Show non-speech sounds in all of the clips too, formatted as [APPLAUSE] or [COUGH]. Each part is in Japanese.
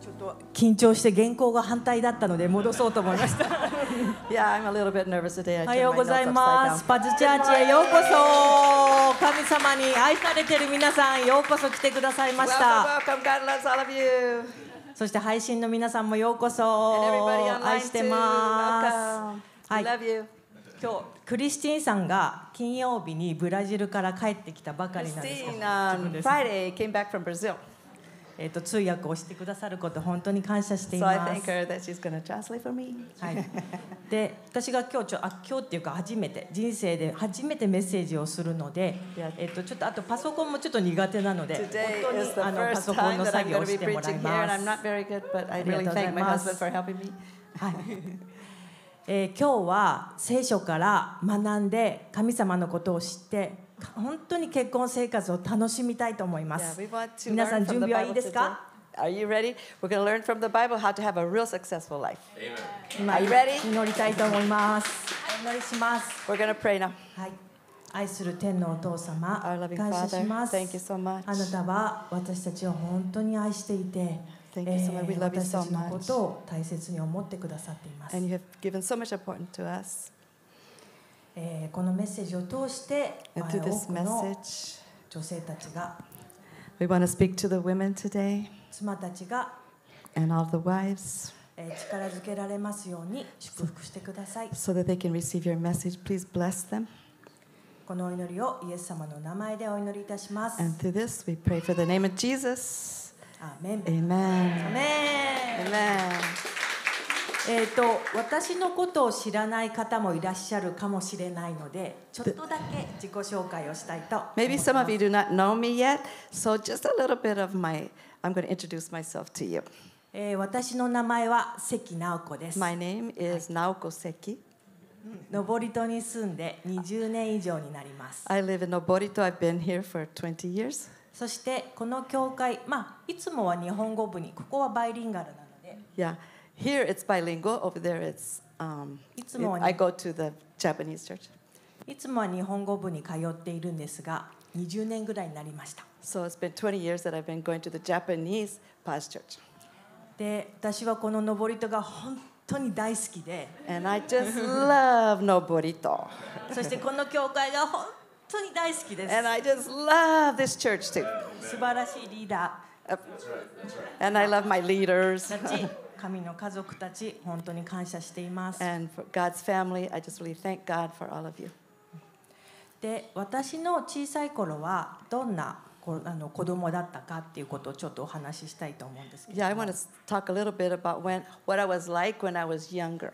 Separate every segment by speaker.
Speaker 1: ちょっと
Speaker 2: 緊張して原稿が反対だったので戻そうと思いました
Speaker 1: [LAUGHS] Yeah, I'm a little bit nervous today. I turned
Speaker 2: おはよう
Speaker 1: my
Speaker 2: ござい
Speaker 1: notes
Speaker 2: ま
Speaker 1: upside [LAUGHS]
Speaker 2: す
Speaker 1: down.
Speaker 2: パズチャーチへようこそ神様に愛されてる皆さんようこそ来てくださいました
Speaker 1: [LAUGHS] Welcome, welcome. God loves all of you.
Speaker 2: そして配信の皆さんもようこ Oh,
Speaker 1: And everybody
Speaker 2: そ
Speaker 1: online
Speaker 2: 愛してま
Speaker 1: too.
Speaker 2: す
Speaker 1: Welcome. We
Speaker 2: はい
Speaker 1: love you.
Speaker 2: 今日クリスティンさんが金曜日にブラジルから帰ってきたばかりなんです
Speaker 1: Christine on Friday came back from Brazil.
Speaker 2: えっと通訳をしてくださること本当に感謝してい
Speaker 1: So
Speaker 2: ま
Speaker 1: I
Speaker 2: す
Speaker 1: thank her that she's going to translate for me. [LAUGHS]
Speaker 2: はい、で私が今日ちょあ今日っていうか初めて人生で初めてメッセージをするので
Speaker 1: いや、
Speaker 2: えっと、ちょっとあとパソコンもちょっと苦手なので
Speaker 1: Today
Speaker 2: 本
Speaker 1: is the
Speaker 2: 当にあのパ
Speaker 1: first
Speaker 2: ソコン
Speaker 1: time
Speaker 2: の
Speaker 1: that
Speaker 2: 作
Speaker 1: I'm
Speaker 2: 業
Speaker 1: going
Speaker 2: を
Speaker 1: to
Speaker 2: し
Speaker 1: be
Speaker 2: てもらい
Speaker 1: preaching here, and
Speaker 2: ま
Speaker 1: I'm
Speaker 2: す。
Speaker 1: not very good, but I
Speaker 2: ありがとうございます。
Speaker 1: really thank my husband for helping me. [LAUGHS]
Speaker 2: はいえー今日は聖書から学んで神様のことを知って本当に結婚生活を楽しみたいと思いま
Speaker 1: Yeah,
Speaker 2: す
Speaker 1: we。want to
Speaker 2: 皆さ
Speaker 1: learn
Speaker 2: ん
Speaker 1: from
Speaker 2: 準
Speaker 1: the
Speaker 2: 備はいい
Speaker 1: Bible
Speaker 2: です
Speaker 1: today.
Speaker 2: か
Speaker 1: Are you ready? We're going to learn from the Bible how to have a real successful life.
Speaker 2: 今
Speaker 1: Are you ready?
Speaker 2: 祈りたいと思います。お祈りします。
Speaker 1: We're going to pray now.
Speaker 2: はい、愛する天のお父様
Speaker 1: Our loving
Speaker 2: 感謝し
Speaker 1: Father,
Speaker 2: ます
Speaker 1: thank you so much.
Speaker 2: あなたは私たちを本当に愛していて
Speaker 1: Thank you so much. We love
Speaker 2: えー
Speaker 1: you
Speaker 2: 私
Speaker 1: so
Speaker 2: たちのことを大切に思ってくださっています
Speaker 1: And、you have given so much importance to us.
Speaker 2: えーこのメッセージを通してえ
Speaker 1: And through
Speaker 2: ー多
Speaker 1: this
Speaker 2: くの
Speaker 1: message,
Speaker 2: 女性たちが
Speaker 1: we want to speak to the women today
Speaker 2: 妻たちが、
Speaker 1: and all the wives
Speaker 2: えー力づけられますように祝福してください
Speaker 1: so that they can receive your message. Please bless them.
Speaker 2: このお祈りをイエス様の名前でお祈りいたします
Speaker 1: And through this, we pray for the name of Jesus.
Speaker 2: アーメ
Speaker 1: Amen.
Speaker 2: ンアーメン
Speaker 1: Amen.
Speaker 2: えー、と私のことを知らない方もいらっしゃるかもしれないのでちょっとだけ自己紹介をしたいと思います
Speaker 1: Maybe some of you do not know me yet, so just a little bit of my, I'm going to introduce myself to you.
Speaker 2: えー私の名前は関直子です
Speaker 1: My name is Naoko Seki.
Speaker 2: 登戸に住んで20年以上になります
Speaker 1: I live in Oborito. I've been here for 20 years.
Speaker 2: そしてこの教会まあいつもは日本語部にここはバイリンガルなので
Speaker 1: Yeah, here it's bilingual. Over there it's. Um,
Speaker 2: いつもは日-
Speaker 1: I go to the Japanese church,
Speaker 2: いつもは日本語部に通っているんですが20年ぐらいになりました
Speaker 1: so it's been 20 years that I've been going to the Japanese Paz church,
Speaker 2: で私はこの登戸が本当に大好きで
Speaker 1: and I just love Noborito,
Speaker 2: そしてこの教会が本当に大好きです
Speaker 1: and I just love this church too,
Speaker 2: 素晴らしいリーダ
Speaker 1: and I love my
Speaker 2: ー
Speaker 1: leaders
Speaker 2: たち神の家族たち本当に感謝しています
Speaker 1: and for God's family. I just really thank God for all of you.
Speaker 2: で私の小さい頃はどんなこあの子供だったかっていうことをちょっとお話ししたいと思うんですけど
Speaker 1: Yeah, I want to talk a little bit about when what I was like when I was younger,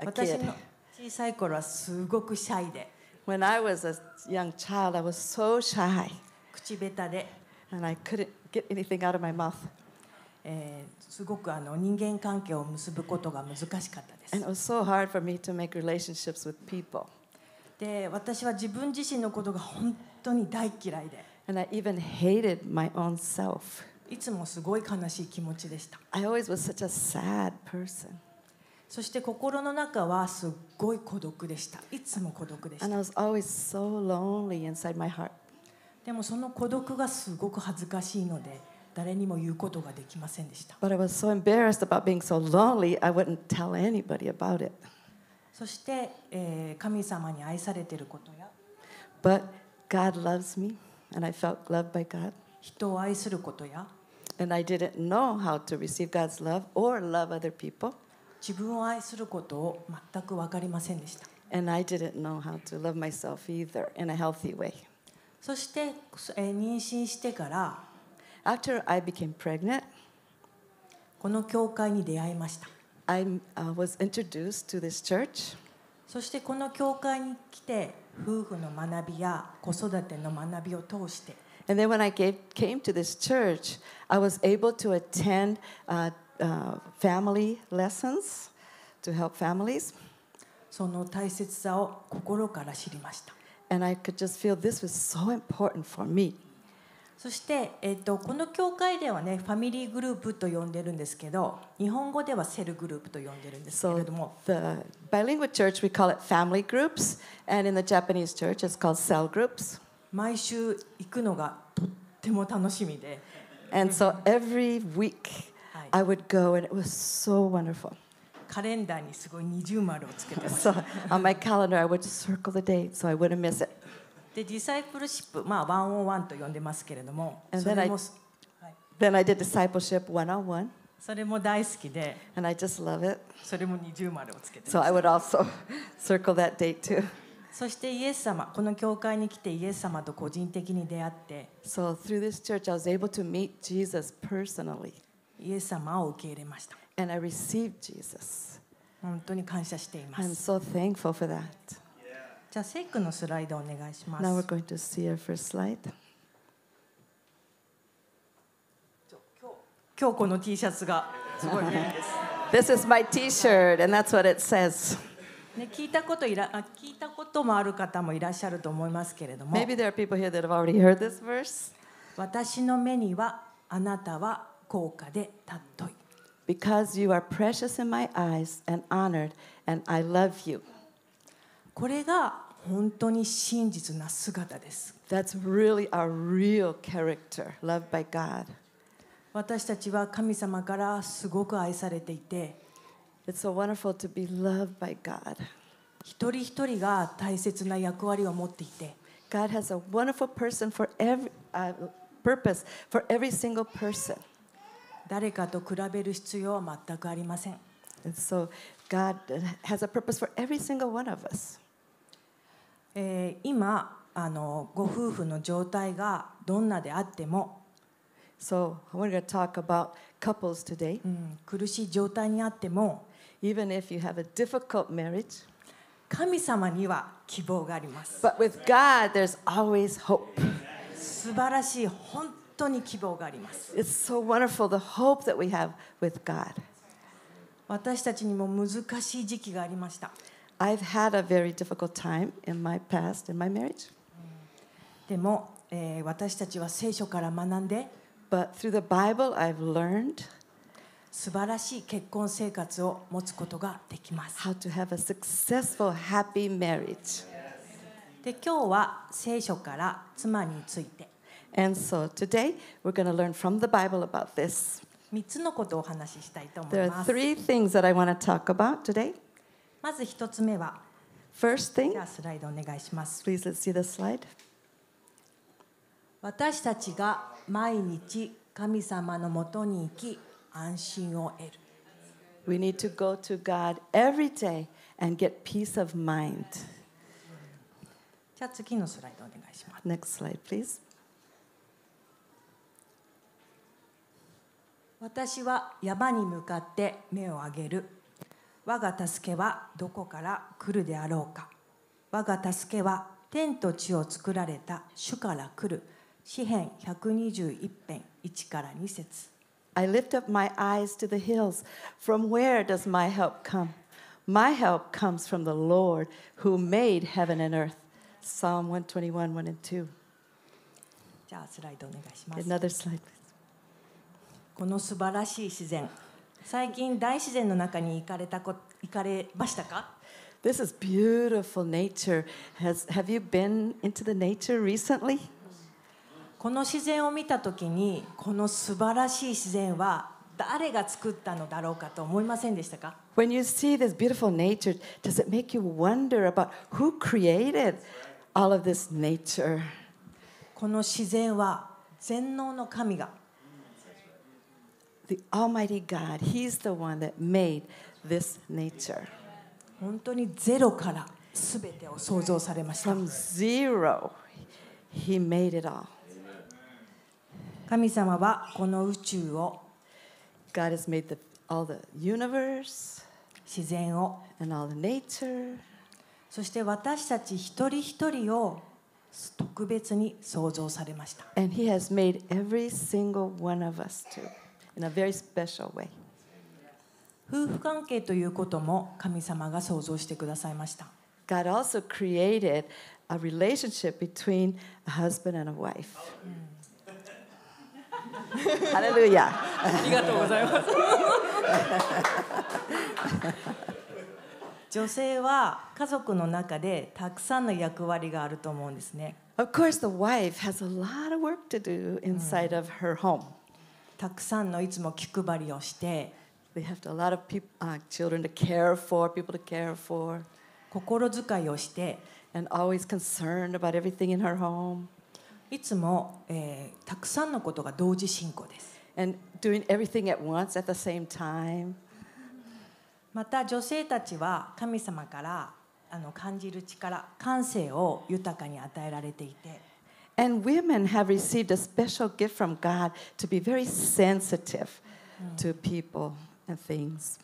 Speaker 1: a
Speaker 2: 私
Speaker 1: kid.
Speaker 2: の小さい頃はすごくシャイで
Speaker 1: When I was a young child, I was so shy,
Speaker 2: 口下手で、
Speaker 1: and I couldn't get anything out of my mouth.
Speaker 2: えーすごくあの人間関係を結ぶことが難しかったで
Speaker 1: And
Speaker 2: す
Speaker 1: it was so hard for me to make relationships with people.
Speaker 2: で私は自分自身のことが本当に大嫌いで
Speaker 1: And I even hated my own self.
Speaker 2: いつもすごい悲しい気持ちでした
Speaker 1: I always was such a sad person.
Speaker 2: そして心の中はすっごい孤独でしたいつも孤独でし
Speaker 1: And
Speaker 2: た
Speaker 1: I was always so lonely inside my heart.
Speaker 2: でもその孤独がすごく恥ずかしいので誰にも言うことができませんでした
Speaker 1: But I was so embarrassed about being so lonely, I wouldn't tell anybody about it.
Speaker 2: そして、えー神様に愛されていることや
Speaker 1: But God loves me, and I felt loved by God.
Speaker 2: 人を愛することや
Speaker 1: And I didn't know how to receive God's love or love other people.
Speaker 2: 自分を愛することを全く分かりませんでした
Speaker 1: And I didn't know how to love myself either in a healthy way.
Speaker 2: そして、そえー妊娠してから
Speaker 1: After I became pregnant,
Speaker 2: この教会に出会いました
Speaker 1: I uh, was introduced to this church,
Speaker 2: そしてこの教会に来て夫婦の学びや子育ての学びを通して
Speaker 1: and then when I gave, came to this church, I was able to attend uh, uh, family lessons to help families,
Speaker 2: その大切さを心から知りました
Speaker 1: and I could just feel this was so important for me.
Speaker 2: そして、えっとこの教会ではねファミリーグループと呼んでるんですけど日本語ではセルグループと呼んでるんですけ
Speaker 1: So
Speaker 2: れども
Speaker 1: the bilingual church we call it family groups, and in the Japanese church it's called cell groups.
Speaker 2: 毎週行くのがとっても楽しみで、
Speaker 1: And so every week
Speaker 2: はい、
Speaker 1: I would go, and it was so wonderful.
Speaker 2: カレンダーにすごい二重丸をつけてます
Speaker 1: So on my calendar, I would circle the date so I wouldn't miss it.
Speaker 2: でディサイプルシップまあワンオンワンと呼んでますけれども
Speaker 1: And
Speaker 2: そ
Speaker 1: then
Speaker 2: れ
Speaker 1: I-
Speaker 2: もす、はい、
Speaker 1: Then I did discipleship one on one,
Speaker 2: それも大好きで
Speaker 1: and I just love it.
Speaker 2: それも二重丸をつけて
Speaker 1: So
Speaker 2: ま
Speaker 1: I
Speaker 2: す
Speaker 1: would also [LAUGHS] circle that date too.
Speaker 2: そしてイエス様この教会に来てイエス様と個人的に出会って
Speaker 1: So through this church, I was able to meet Jesus personally,
Speaker 2: イエス様を受け入れました
Speaker 1: and I received Jesus.
Speaker 2: 本当に感謝していま
Speaker 1: I'm
Speaker 2: す
Speaker 1: so thankful for that.
Speaker 2: じゃあセイ君のスライドお願いしま
Speaker 1: Now we're
Speaker 2: す
Speaker 1: going to see our first slide.
Speaker 2: 今日この T シャツがすごい便利です
Speaker 1: This is my t shirt, and that's what it says.
Speaker 2: [LAUGHS] ね、聞いたこといらあ聞いたこともある方もいらっしゃると思いますけれども
Speaker 1: Maybe there are people here that have already heard this verse.
Speaker 2: 私の目にはあなたは高価で尊い
Speaker 1: Because you are precious in my eyes and honored, and I love you.
Speaker 2: これが本当に真実な姿です
Speaker 1: That's really our real character, loved by God.
Speaker 2: 私たちは神様からすごく愛されていて
Speaker 1: It's so wonderful to be loved by God.
Speaker 2: 一人一人が大切な役割を持っていて
Speaker 1: God has a wonderful person for every uh, purpose for every single person.
Speaker 2: 誰かと比べる必要は全くありません
Speaker 1: And so God has a purpose for every single one of us.
Speaker 2: えー今あのご夫婦の状態がどんなであっても、
Speaker 1: So we're going to talk about couples today.
Speaker 2: うん苦しい状態にあっても
Speaker 1: Even if you have a difficult marriage,
Speaker 2: 神様には希望があります
Speaker 1: but with God there's always hope.
Speaker 2: 素晴らしい本当に希望があります
Speaker 1: It's so wonderful the hope that we have with God.
Speaker 2: 私たちにも難しい時期がありました
Speaker 1: I've had a very difficult time in my past in my marriage,
Speaker 2: でも、えー私たちは聖書から学んで
Speaker 1: but through the Bible I've learned
Speaker 2: 素晴らしい結婚生活を持つことができます
Speaker 1: how to have a successful happy marriage.
Speaker 2: で今日は聖書から妻について
Speaker 1: And so today we're going to learn from the Bible about this.
Speaker 2: 3つのことをお話ししたいと思
Speaker 1: There are
Speaker 2: います
Speaker 1: three things that I want to talk about today.
Speaker 2: まず1つ目は
Speaker 1: First
Speaker 2: じ
Speaker 1: thing,
Speaker 2: ゃあスライドお願いします
Speaker 1: please let's see the slide.
Speaker 2: 私たちが毎日神様のもとに行き安心を得る
Speaker 1: We need to go to God every day and get peace of mind.
Speaker 2: じゃあ次のスライドお願いします
Speaker 1: Next slide, please.
Speaker 2: 私は山に向かって目を上げる我が助けはどこから来るであろうか我が助けは天と地を作られた主から来る詩編121編1から2節
Speaker 1: I lift up my eyes to the hills. From where does my help come? My help comes from the Lord who made heaven and earth. Psalm 121, 1 and 2.
Speaker 2: じゃあスライドお願いします
Speaker 1: Another slide, please.
Speaker 2: この素晴らしい自然最近大自然の中に行かれたこ行かれましたか
Speaker 1: This is beautiful nature. Has, have you been into the nature recently?
Speaker 2: この自然を見た時にこの素晴らしい自然は誰が作ったのだろうかと思いませんでしたか
Speaker 1: When you see this beautiful nature, does it make you wonder about who created all of this nature?
Speaker 2: この自然は全能の神が
Speaker 1: The Almighty God, He's the one that made this nature.
Speaker 2: 本当にゼロから全てを創造されました
Speaker 1: From zero, He made it all.
Speaker 2: 神様はこの宇宙を
Speaker 1: God has made the, all the universe
Speaker 2: 自然を
Speaker 1: and all the nature,
Speaker 2: そして私たち一人一人を特別に創造されました
Speaker 1: and He has made every single one of us too, in a very special way.
Speaker 2: 夫婦関係ということも神様が創造してくださいました
Speaker 1: God also created a relationship between a husband and a wife. Hallelujah.
Speaker 2: ありがとうございます女性は家族の中でたくさんの役割があると思うんですね
Speaker 1: Of course, the wife has a lot of work to do inside of her home.
Speaker 2: たくさんのいつも気配りをして
Speaker 1: They have a lot of peop uh, children to care for, people to care for,
Speaker 2: 心遣いをして
Speaker 1: and always concerned about everything in her home,
Speaker 2: いつも、えーたくさんのことが同時進行です
Speaker 1: and doing everything at once at the same time.
Speaker 2: また女性たちは神様からあの感じる力感性を豊かに与えられていて
Speaker 1: And women have received a special gift from God to be very sensitive to people and things.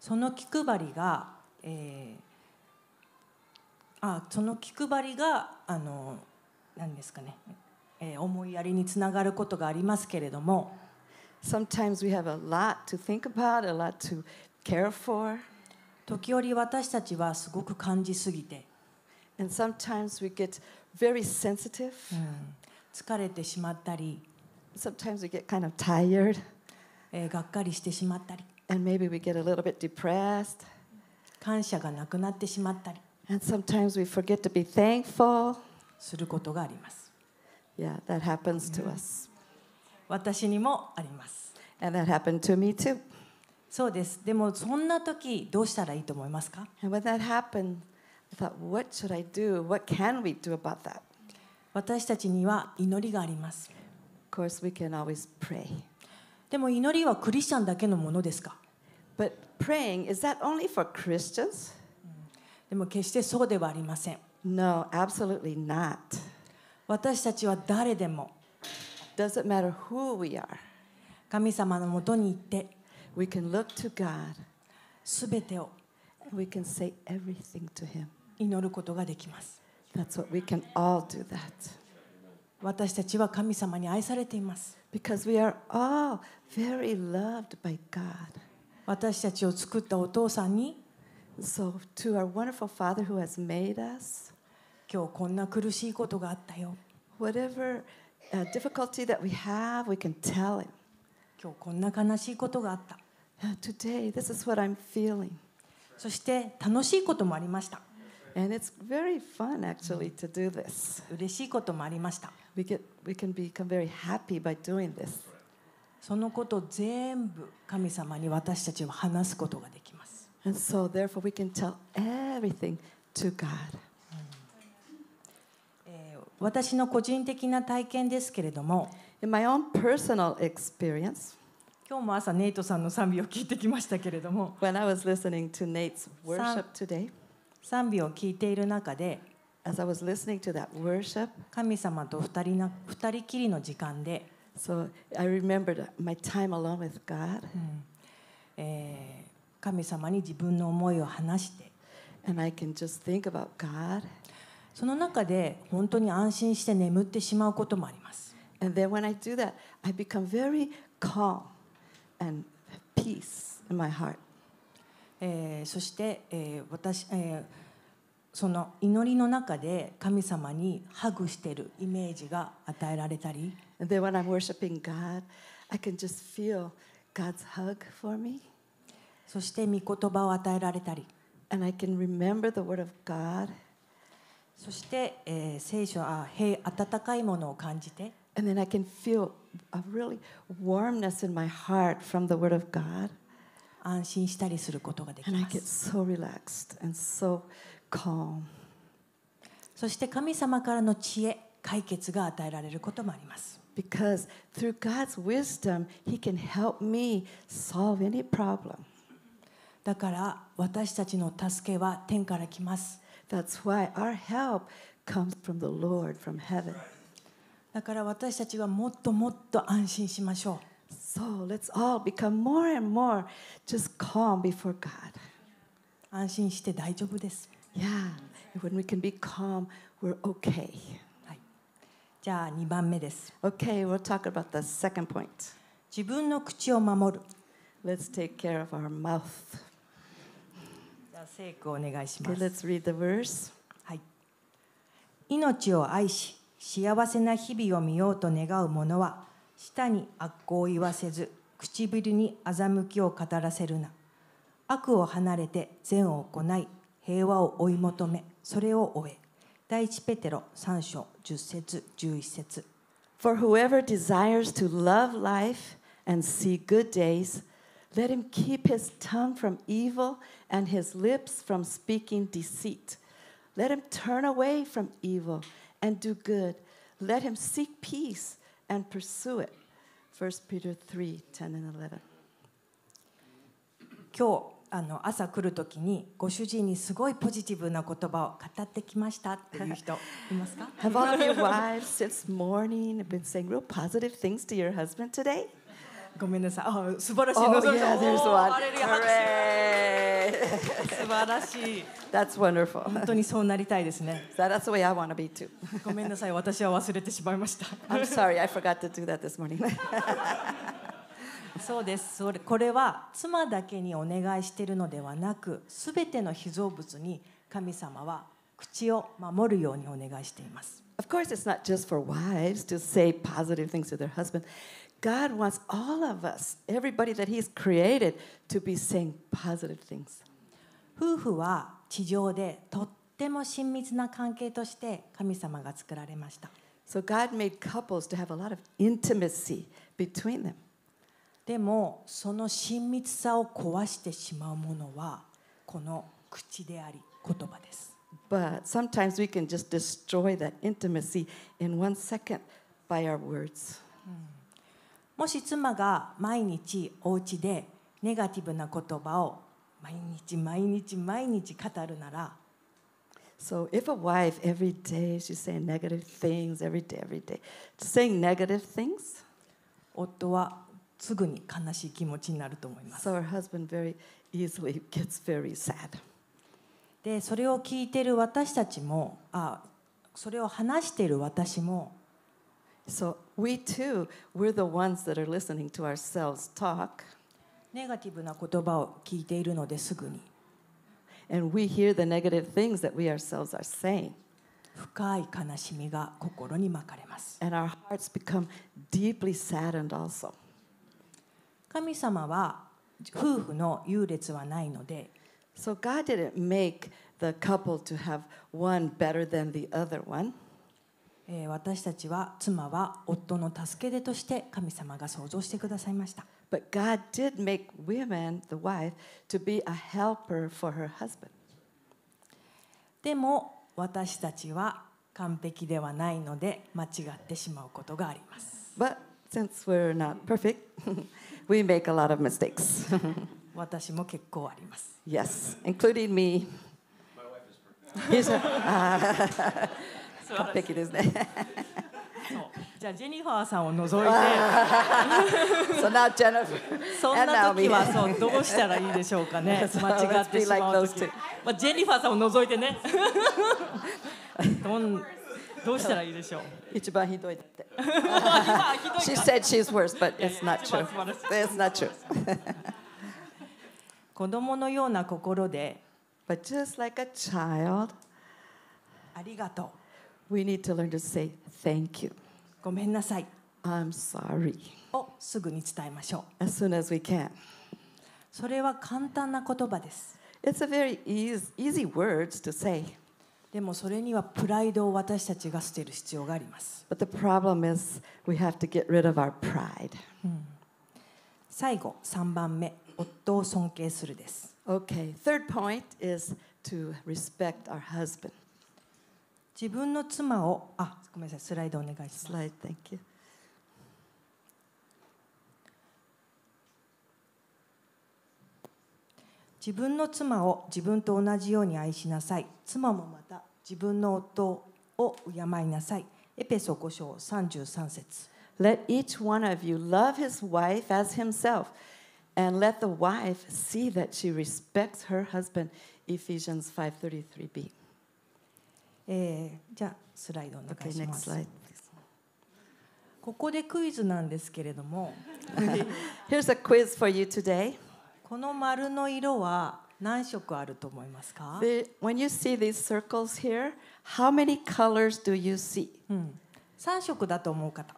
Speaker 2: その気配りが、えーあその気配りがあの何ですかね、えー思いやりにつながることがありますけれども
Speaker 1: Sometimes we have a lot to think about, a lot to care for,
Speaker 2: 時折私たちはすごく感じすぎて、
Speaker 1: and sometimes we get very sensitive.
Speaker 2: 疲れてしまったり、
Speaker 1: Sometimes we get kind of tired,
Speaker 2: えーがっかりしてしまったり
Speaker 1: and maybe we get a little bit depressed,
Speaker 2: 感謝がなくなってしまったり
Speaker 1: and sometimes we forget to be thankful.
Speaker 2: することがあります
Speaker 1: Yeah, that happens to us.
Speaker 2: 私にもあります
Speaker 1: And that happened to me too.
Speaker 2: そうですでもそんな時どうしたらいいと思いますか
Speaker 1: And when that happened, I thought, what should I do? What can we do about that?
Speaker 2: 私たちには祈りがあります
Speaker 1: Of course, we can always pray.
Speaker 2: でも祈りはクリスチャンだけのものですか
Speaker 1: But praying, is that only for Christians?
Speaker 2: でも決してそうではありません
Speaker 1: No, absolutely not.
Speaker 2: 私たちは誰でも
Speaker 1: Doesn't matter who we are,
Speaker 2: 神様のもとに行って
Speaker 1: we can look to God
Speaker 2: 全てを
Speaker 1: and we can say everything to Him.
Speaker 2: 祈ることができます
Speaker 1: That's what we can all do that.
Speaker 2: 私たちは神様に愛されています
Speaker 1: Because we are all very loved by God.
Speaker 2: 私たちを作ったお父さんに
Speaker 1: So, to our wonderful Father who has made us,
Speaker 2: 今日こんな苦しいことがあったよ
Speaker 1: whatever uh, difficulty that we have, we can tell Him.
Speaker 2: 今日こんな悲しいことがあった
Speaker 1: "Uh, Today, this is what I'm feeling.
Speaker 2: そして楽しいこともありました
Speaker 1: And it's very fun actually to do this.
Speaker 2: 嬉しいこともありました
Speaker 1: We, get, we can become very happy by doing this.
Speaker 2: そのことを全部神様に私たちは話すことができます
Speaker 1: And so, therefore, we can tell everything to God.
Speaker 2: えー私の個人的な体験ですけれども
Speaker 1: In my own personal experience,
Speaker 2: 今日も朝ネイトさんの賛美を聞いてきましたけれども
Speaker 1: when I was listening to Nate's worship today,
Speaker 2: 賛美を聞いている中で
Speaker 1: as I was listening to that worship,
Speaker 2: 神様と二人な二人きりの時間で、
Speaker 1: so I remembered my time alone with God,
Speaker 2: えー神様に自分の思いを話して
Speaker 1: and I can just think about God.
Speaker 2: その中で本当に安心して眠ってしまうこともあります
Speaker 1: And then when I do that, I become very calm and peace in my heart.
Speaker 2: えーそして、えー私、えーその祈りの中で神様にハグしてるイメージが与えられたり
Speaker 1: And then when I'm worshiping God, I can just feel God's hug for me.
Speaker 2: そして御言葉を与えられたり
Speaker 1: And I can remember the word of God.
Speaker 2: そして、えー聖書あ平温かいものを感じて
Speaker 1: And then I can feel a really warmness in my heart from the word of God.
Speaker 2: 安心したりすることができ
Speaker 1: And I
Speaker 2: ま
Speaker 1: get
Speaker 2: す
Speaker 1: so relaxed and so calm.
Speaker 2: そして神様からの知恵解決が与えられることもあります
Speaker 1: Because through God's wisdom, He can help me solve any problem.
Speaker 2: だから私たちの助けは天から来ます
Speaker 1: That's why our help comes from the Lord from heaven.
Speaker 2: だから私たちはもっともっと安心しましょう
Speaker 1: So let's all become more and more just calm before God.
Speaker 2: 安心して大丈夫です、
Speaker 1: Yeah, and when we can be calm, we're okay.
Speaker 2: はい、じゃあ2番目です
Speaker 1: Okay, we'll talk about the second point.
Speaker 2: 自分の口を守る
Speaker 1: Let's take care of our mouth.
Speaker 2: じゃあ聖句お願いしま
Speaker 1: Okay, let's
Speaker 2: す
Speaker 1: read the verse.
Speaker 2: はい、命を愛し幸せな日々を見ようと願う者は舌に悪行を言わせず唇に欺きを語らせるな悪を離れて善を行い平和を追い求めそれを追え第一ペテロ3章10節11節
Speaker 1: For whoever desires to love life and see good days. Let him keep his tongue from evil and his lips from speaking deceit. Let him turn away from evil and do good. Let him seek peace and pursue it. 1 Peter 3 10 and 11.
Speaker 2: 今日あの朝来る時にご主人にすごいポジティブな言葉を語ってきましたっていう人いますか
Speaker 1: Have all of your wives since morning been saying real positive things to your husband today?
Speaker 2: [LAUGHS] ごめんなさいあ素晴らしい
Speaker 1: [LAUGHS] Oh,
Speaker 2: 望
Speaker 1: yeah,
Speaker 2: みさん
Speaker 1: there's
Speaker 2: おー
Speaker 1: one.
Speaker 2: ハレルヤ拍
Speaker 1: Hooray!
Speaker 2: 手素晴らしい
Speaker 1: [LAUGHS] That's wonderful.
Speaker 2: 本当にそうなりたいですね
Speaker 1: That- That's the way I want to be too.
Speaker 2: ごめんなさい私は忘れてしまいました
Speaker 1: I'm sorry, I forgot to do that this morning. [LAUGHS]
Speaker 2: そうですそれこれは妻だけにお願いしているのではなくすべての被造物に神様は口を守るようにお願いしています
Speaker 1: of course, it's not just for wives to say positive things to their husband. God wants all of us, everybody that He's created, to be saying positive things.
Speaker 2: 夫婦は地上でとっても親密な関係として神様が作られました
Speaker 1: So God made couples to have a lot of intimacy between them.
Speaker 2: でもその親密さを壊してしまうものはこの口であり言葉です
Speaker 1: But sometimes we can just destroy that intimacy in one second by our words.
Speaker 2: もし妻が毎日お家でネガティブな言葉を毎日毎日毎日語るなら
Speaker 1: So if a wife every day she's saying negative things every day, every day, saying negative things,
Speaker 2: 夫はすぐに悲しい気持ちになると思います
Speaker 1: so her husband very easily [LAUGHS] gets very sad.
Speaker 2: でそれを聞いてる私たちもあそれを話している私も
Speaker 1: So we too, we're the ones that are listening to ourselves talk,
Speaker 2: ネガティブな言葉を聞いているのですぐに
Speaker 1: and we hear the negative things that we ourselves are saying,
Speaker 2: 深い悲しみが心に巻かれます
Speaker 1: and our hearts become deeply saddened also.
Speaker 2: 神様は夫婦の優劣はないので
Speaker 1: So God didn't make the couple to have one better than the other one.
Speaker 2: えー私たちは妻は夫の助け手として神様が創造してくださいました
Speaker 1: But God did make women, the wife, to be a helper for her husband.
Speaker 2: でも私たちは完璧ではないので間違ってしまうことがあります
Speaker 1: But since we're not perfect, [LAUGHS] we make a lot of mistakes. [LAUGHS]
Speaker 2: 私も結構あります
Speaker 1: yes, including me. ah, My wife is perfect. [LAUGHS] 完璧ですね。
Speaker 2: じゃあジェニファーさんを除いて
Speaker 1: [LAUGHS] so now [LAUGHS] Jennifer
Speaker 2: そん
Speaker 1: and
Speaker 2: な時
Speaker 1: Naomi.
Speaker 2: はそうどうしたらいいでしょうかね
Speaker 1: So
Speaker 2: 間違ってしまう
Speaker 1: let's be
Speaker 2: 時
Speaker 1: like those two.
Speaker 2: まあジェニファーさんを除いてねどんどうしたらいいでしょう
Speaker 1: 一番ひどいだって。
Speaker 2: あひど
Speaker 1: She
Speaker 2: い
Speaker 1: said she's worse, but it's not
Speaker 2: It's about
Speaker 1: true.
Speaker 2: what it's-
Speaker 1: It's not true.
Speaker 2: [LAUGHS] 子供のような心で
Speaker 1: But just like a child,
Speaker 2: ありがとう
Speaker 1: we need to learn to say thank you.
Speaker 2: ごめんなさい
Speaker 1: I'm sorry
Speaker 2: をすぐに伝えましょう
Speaker 1: as soon as we can.
Speaker 2: それは簡単な言葉です
Speaker 1: It's a very easy, easy words to say,
Speaker 2: でもそれにはプライドを私たちが捨てる必要があります
Speaker 1: but the problem is we have to get rid of our pride.
Speaker 2: 最後3番目夫を尊敬するです
Speaker 1: Okay, third point is to respect our husband.
Speaker 2: 自分の妻をあごめんなさいスライドお願いします
Speaker 1: Slide, thank you.
Speaker 2: 自分の妻を自分と同じように愛しなさい妻もまた自分の夫を敬いなさいエペソ5章33節
Speaker 1: Let each one of you love his wife as himself, and let the wife see that she respects her husband. Ephesians 5:33b.
Speaker 2: えーじゃあスライドお願
Speaker 1: Okay,
Speaker 2: いしま
Speaker 1: next
Speaker 2: す
Speaker 1: slide.
Speaker 2: ここでクイズなんですけれども
Speaker 1: [LAUGHS] Here's a quiz for you today.
Speaker 2: この丸の色は何色あると思いますか、
Speaker 1: The, when you see these circles here, how many colors do you see?
Speaker 2: うん、3色だと思う方、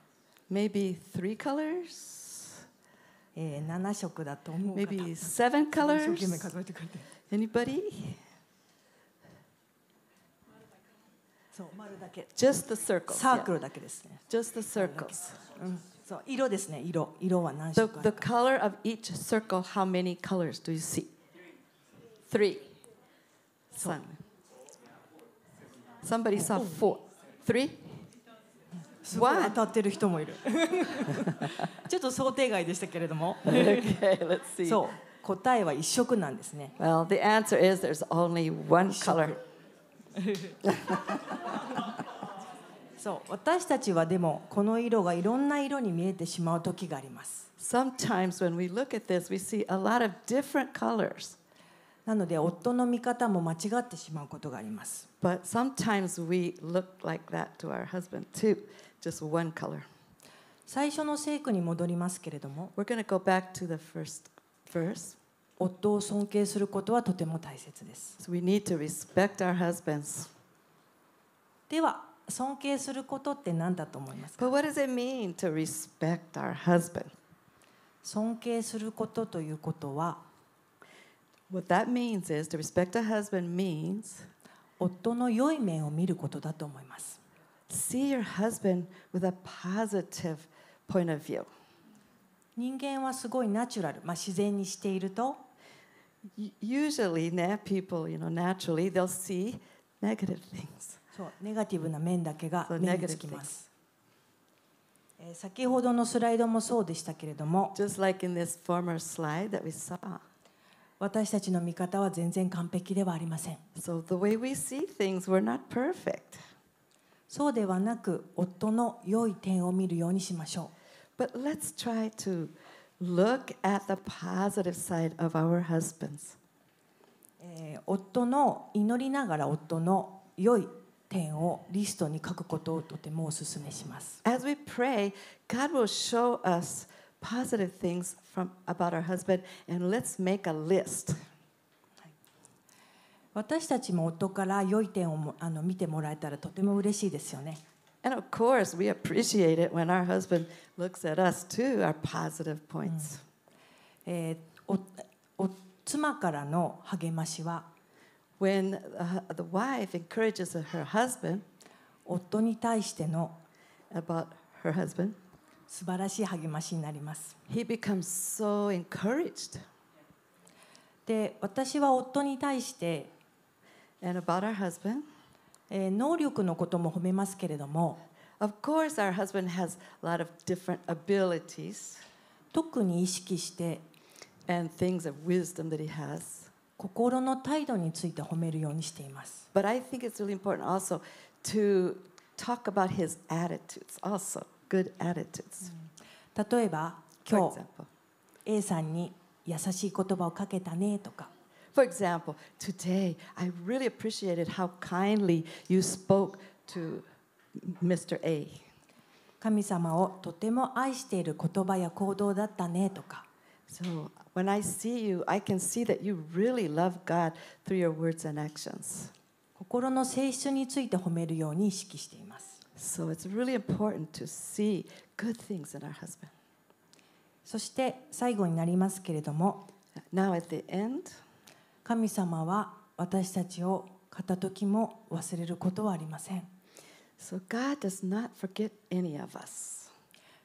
Speaker 1: Maybe three colors?
Speaker 2: えー、7色だと思う方
Speaker 1: Maybe seven
Speaker 2: 一生懸命
Speaker 1: colors?
Speaker 2: 数えてくれて
Speaker 1: Anybody?
Speaker 2: そう丸だけ
Speaker 1: Just the circles.
Speaker 2: サー
Speaker 1: yeah.
Speaker 2: クルだけですね
Speaker 1: Just the circles.
Speaker 2: そう色ですね色色は何
Speaker 1: The,
Speaker 2: 色か
Speaker 1: the color of each circle, how many colors do you see? Three. Some. Somebody saw four. Three?
Speaker 2: すごい
Speaker 1: One.
Speaker 2: 当たってる人もいる [LAUGHS] ちょっと想定外でしたけれども
Speaker 1: [LAUGHS] okay, let's see.
Speaker 2: そう答えは一色なんですね
Speaker 1: Well, the answer is there's only one color.
Speaker 2: そう私たちはでもこの色がいろんな色に見えてしまう時があります
Speaker 1: Sometimes when we look at this, we see a lot of different colors.
Speaker 2: なので夫の見方も間違ってしまうことがあります
Speaker 1: But sometimes we look like that to our husband too, just one color.
Speaker 2: 最初の聖句に戻りますけれども
Speaker 1: We're going to go back to the first verse.
Speaker 2: 夫を尊敬することはとても大切です
Speaker 1: So we need to respect our husbands.
Speaker 2: では尊敬することって何だと思いますか
Speaker 1: But what does it mean to respect our husband?
Speaker 2: 尊敬することということは
Speaker 1: What that means is to respect a husband means
Speaker 2: 夫の良い面を見ることだと思います
Speaker 1: see your husband with a positive point of view.
Speaker 2: 人間はすごいナチュラル、まあ、自然にしていると
Speaker 1: U- Usually, na- people, you know, naturally, they'll see negative [LAUGHS] things.
Speaker 2: そうネガティブな面だけが
Speaker 1: そう
Speaker 2: 目につきます、えー先ほどのスライドもそうでしたけれども
Speaker 1: Just like in this former slide that we saw.
Speaker 2: 私たちの見方は全然完璧ではありません
Speaker 1: So the way we see things, we're not perfect.
Speaker 2: そうではなく夫の良い点を見るようにしましょ
Speaker 1: But let's try to look at the positive side of our husbands.
Speaker 2: う、えー夫の祈りながら夫の良い点をリストに書くことをとてもお勧めします
Speaker 1: As we pray, God will show us positive things from about our husband and let's make a list.
Speaker 2: 私たちも夫から良い点をもあの見てもらえたらとても嬉しいですよね
Speaker 1: And of course, we appreciate it when our husband looks at us too, our positive points.
Speaker 2: えーおお妻からの励ましは
Speaker 1: When uh, the wife encourages her husband
Speaker 2: 夫に対しての
Speaker 1: about her husband,
Speaker 2: 素晴らしい励ましになります
Speaker 1: he becomes so encouraged.
Speaker 2: で私は夫に対して、
Speaker 1: And about our husband,
Speaker 2: えー能力のことも褒めますけれども
Speaker 1: Of course, our husband has a lot of different abilities
Speaker 2: 特に意識して
Speaker 1: and things of wisdom that he has.
Speaker 2: 心の態度について褒めるようにしています
Speaker 1: But I think it's really important also to talk about his attitudes, also good attitudes.
Speaker 2: 例えば
Speaker 1: For
Speaker 2: 今日
Speaker 1: example,
Speaker 2: A さんに優しい言葉をかけたねとか
Speaker 1: for example, today I really appreciated how kindly you spoke to Mr. A.
Speaker 2: 神様をとても愛している言葉や行動だったねとか
Speaker 1: So when I see you, I can see that you really love God through your words and actions.
Speaker 2: 心の性質について褒めるように意識しています。
Speaker 1: So it's really important to see good things in our husband.
Speaker 2: そして最後になりますけれども
Speaker 1: Now at the end,
Speaker 2: 神様は私たちを片時も忘れることはありません
Speaker 1: so God does not forget any of us.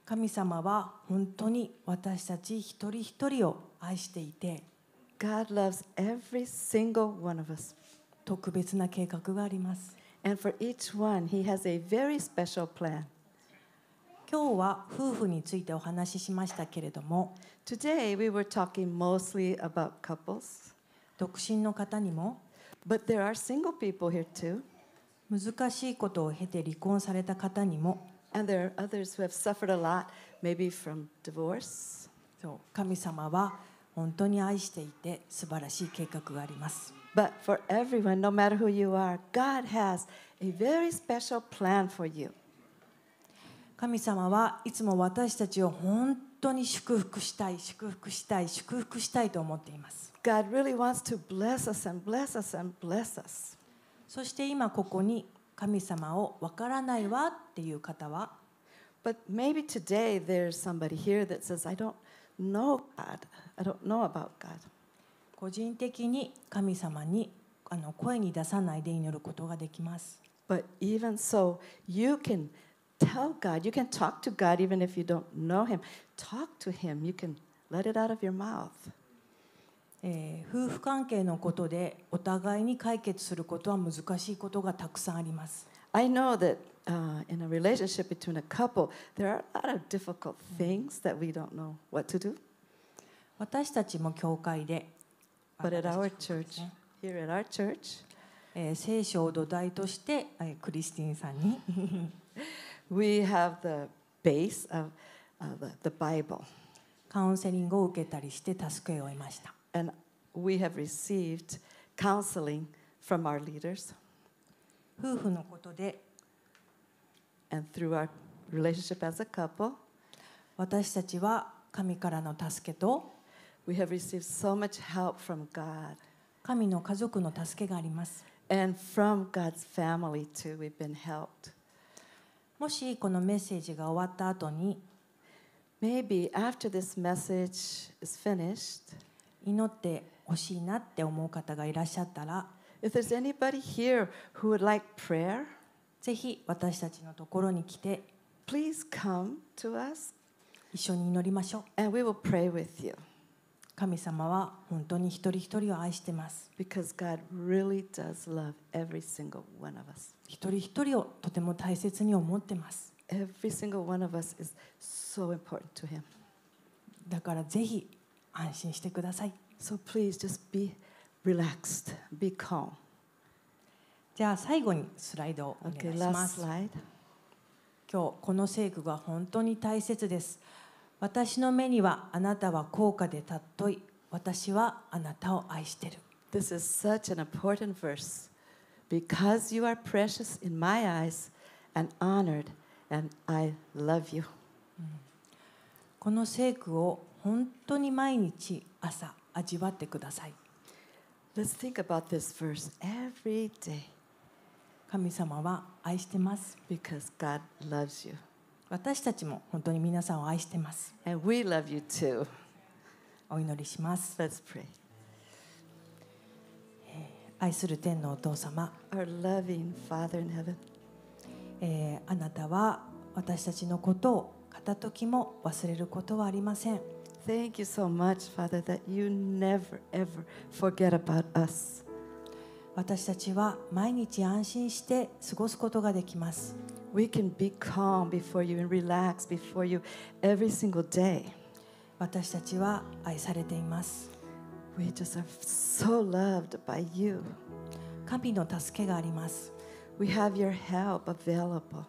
Speaker 2: 神様は本当に私たち一人一人を愛していて
Speaker 1: God loves every single one of us.
Speaker 2: 特別な計画があります
Speaker 1: And for each one, He has a very special plan.
Speaker 2: 今日は夫婦についてお話ししましたけれども
Speaker 1: Today, we were talking mostly about couples,
Speaker 2: 独身の方にも
Speaker 1: but there are single people here too.
Speaker 2: 難しいことを経て離婚された方にも
Speaker 1: And there are others who have suffered a lot, maybe from divorce.
Speaker 2: そう神様は本当に愛していて素晴らしい計画があります
Speaker 1: But for everyone, no matter who you are, God has a very special plan for you.
Speaker 2: 神様はいつも私たちを本当に祝福したい祝福したい祝福したいと思っています
Speaker 1: God really wants to bless us and bless us and bless us.
Speaker 2: そして今ここに神様をわからないわっていう方は
Speaker 1: But maybe today there's somebody here that says, I don't know God. I don't know about God.
Speaker 2: 個人的に神様にあの声に出さないで祈ることができます
Speaker 1: But even so, you can tell God. You can talk to God even if you don't know Him. Talk to Him. You can let it out of your mouth.
Speaker 2: えー夫婦関係のことでお互いに解決することは難しいことがたくさんあります、
Speaker 1: I know that uh, in a relationship between a couple, there are a lot of difficult things that we don't know what to do.
Speaker 2: 私たちも教会で
Speaker 1: But at our
Speaker 2: 私たちも教会で
Speaker 1: church,
Speaker 2: すね
Speaker 1: here at our church,
Speaker 2: えー聖書を土台として、えークリスティンさんに
Speaker 1: we have the base of uh, the, the Bible,
Speaker 2: カウンセリングを受けたりして助けを得ました、
Speaker 1: and we have received counseling from our leaders.
Speaker 2: 夫婦のことで
Speaker 1: And through our relationship as a couple,
Speaker 2: 私たちは神からの助けと
Speaker 1: we have received so much help from God
Speaker 2: 神の家族の助けがあります
Speaker 1: and from God's family too. We've been helped.
Speaker 2: もしこのメッセージが終わった後に
Speaker 1: Maybe after this message is finished,
Speaker 2: 祈ってほしいなって思う方がいらっしゃったら
Speaker 1: if there's anybody here who would like prayer,
Speaker 2: ぜひ私たちのところに来て
Speaker 1: please come to us
Speaker 2: 一緒に祈りましょう
Speaker 1: and we will pray with you
Speaker 2: 神様は本当に一人一人を愛してます
Speaker 1: because God really does love every single one of us.
Speaker 2: 一人一人をとても大切に思ってます
Speaker 1: Every single one of us is so important to Him.
Speaker 2: だからぜひ安心してください
Speaker 1: So please just be relaxed, be calm.
Speaker 2: じゃあ最後にスライドをお
Speaker 1: Okay,
Speaker 2: 願いしま
Speaker 1: last
Speaker 2: す
Speaker 1: slide.
Speaker 2: 今日この聖句が本当に大切です私の目にはあなたは高価で尊い私はあなたを愛してる
Speaker 1: This is such an important verse. Because you are precious in my eyes and honored, and I love you.
Speaker 2: この聖句を本当に毎日朝味わってください
Speaker 1: Let's think about this verse every day
Speaker 2: 神様は愛してます
Speaker 1: because God loves you.
Speaker 2: 私たちも本当に皆さんを愛してます
Speaker 1: And we love you too.
Speaker 2: お祈りします
Speaker 1: Let's pray.
Speaker 2: 愛する天のお父様、
Speaker 1: Our loving Father in heaven,
Speaker 2: えーあなたは私たちのことを片時も忘れることはありません
Speaker 1: thank you so much, Father, that you never, ever forget about us.
Speaker 2: 私たちは毎日安心して過ごすことができます
Speaker 1: We can be calm before you and relax before you every single day.
Speaker 2: 私たちは愛されています
Speaker 1: We just are so loved by you.
Speaker 2: 神の助けがあります、
Speaker 1: We have your help available.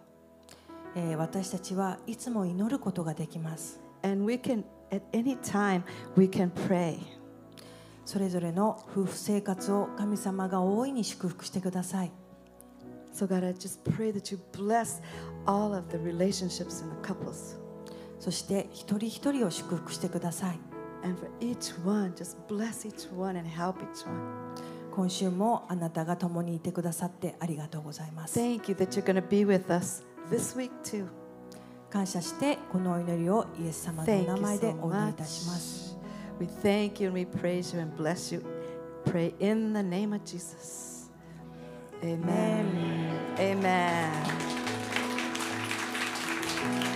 Speaker 2: えー私たちはいつも祈ることができます
Speaker 1: And we can, at any time, we can pray.
Speaker 2: それぞれの夫婦生活を神様が大いに祝福してください
Speaker 1: So, God, I just pray that you bless all of the relationships and the couples.
Speaker 2: そして一人一人を祝福してください
Speaker 1: And for each one, just bless each one and help each one.
Speaker 2: 今週もあなたが共にいてくださってありがとうございます
Speaker 1: Thank you that you're going to be with us this week, too.
Speaker 2: 感謝してこのお祈りをイエス様のお
Speaker 1: Thank
Speaker 2: 名
Speaker 1: you
Speaker 2: 前で
Speaker 1: so
Speaker 2: お祈りい
Speaker 1: much.
Speaker 2: たします、
Speaker 1: We thank you and we praise you and bless you. Pray in the name of Jesus. Amen. Amen.